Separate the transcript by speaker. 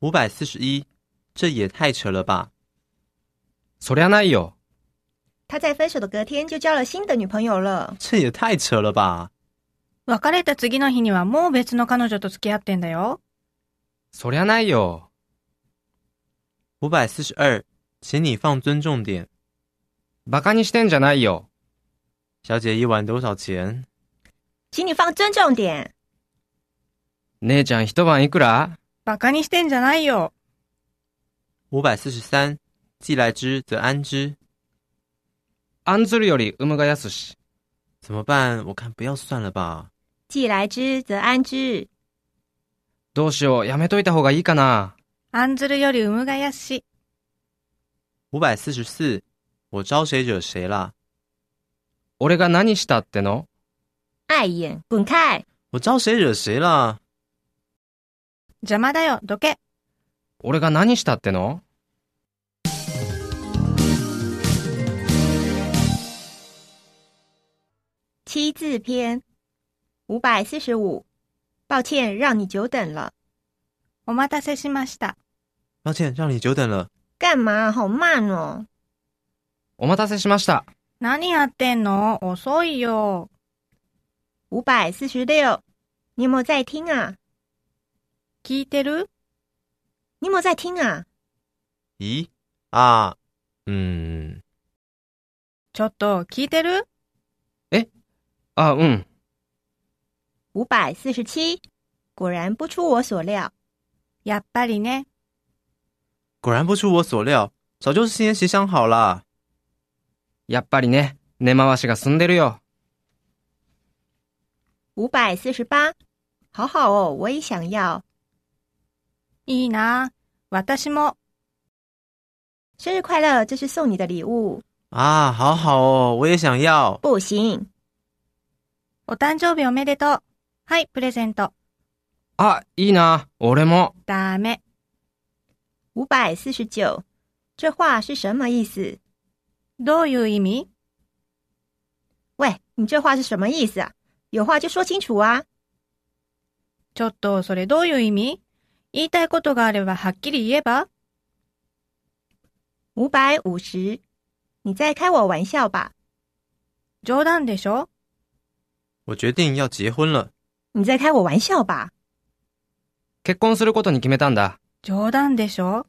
Speaker 1: 五百四十一，这也太扯了吧！
Speaker 2: そりゃないよ。
Speaker 3: 他在分手的隔天就交了新的女朋友了。
Speaker 1: 这也太扯了吧！
Speaker 4: 別れた次の日にはもう別の彼女と付き合ってんだよ。
Speaker 2: そりゃないよ。
Speaker 1: 五百四十二，请你放尊重点。
Speaker 2: バカにしてんじゃないよ。
Speaker 1: 小姐一碗多少钱？
Speaker 3: 请你放尊重点。
Speaker 2: 姉ちゃん一晩いくら
Speaker 4: バカにしてんじゃないよ。
Speaker 1: 五百四十三，既来之则安之。
Speaker 2: 案ずるより産むが安し。
Speaker 1: 怎么办？我看不要算了吧。
Speaker 3: 既来之，则安之。
Speaker 2: どうしよう、やめといた方がいいかな。
Speaker 4: 案ずるより産むが安し。
Speaker 1: 五百四十四，我招谁惹谁啦？
Speaker 2: 俺が何したっての
Speaker 3: 碍眼，滚开！
Speaker 1: 我招谁惹谁啦？
Speaker 4: 邪魔だよ、どけ。
Speaker 2: 俺が何したっての
Speaker 3: 七字篇五百四十五，抱歉让你久等了。
Speaker 4: お待たせしました。
Speaker 1: 抱歉，让你久等了。
Speaker 3: 干嘛？好慢哦！
Speaker 2: お待たせしました。
Speaker 4: 何やってんの遅いよ。
Speaker 3: 五百四十六，你有没有在听啊？
Speaker 4: 聞いてる
Speaker 3: 你有没有在听啊？
Speaker 1: 咦啊，嗯，
Speaker 4: ちょっと、聞いてる
Speaker 2: あ、うん。
Speaker 3: 五百四十七，果然不出我所料。
Speaker 4: やっぱりね。
Speaker 1: 果然不出我所料，早就事先协商好啦。
Speaker 2: やっぱりね、根回しが済んでるよ。
Speaker 3: 五百四十八，好好哦，我也想要。
Speaker 4: いいな。私も。
Speaker 3: 生日快乐，这是送你的礼物。
Speaker 1: 啊，好好哦，我也想要。
Speaker 3: 不行，
Speaker 4: お誕生日おめでとう。はい、プレゼント。
Speaker 2: あ、いいな。俺も。
Speaker 4: ダメ。
Speaker 3: 五百四十九，这话是什么意思？
Speaker 4: どういう意味
Speaker 3: 喂，你这话是什么意思啊？有话就说清楚啊！
Speaker 4: ちょっと、それどういう意味言いたいことがあればはっきり言えば
Speaker 3: 五百五十，你在开我玩笑吧？
Speaker 4: 冗談でしょ
Speaker 1: 我决定要结婚了。
Speaker 3: 你在开我玩笑吧？
Speaker 2: 結婚することに決めたんだ。
Speaker 4: 冗談でしょ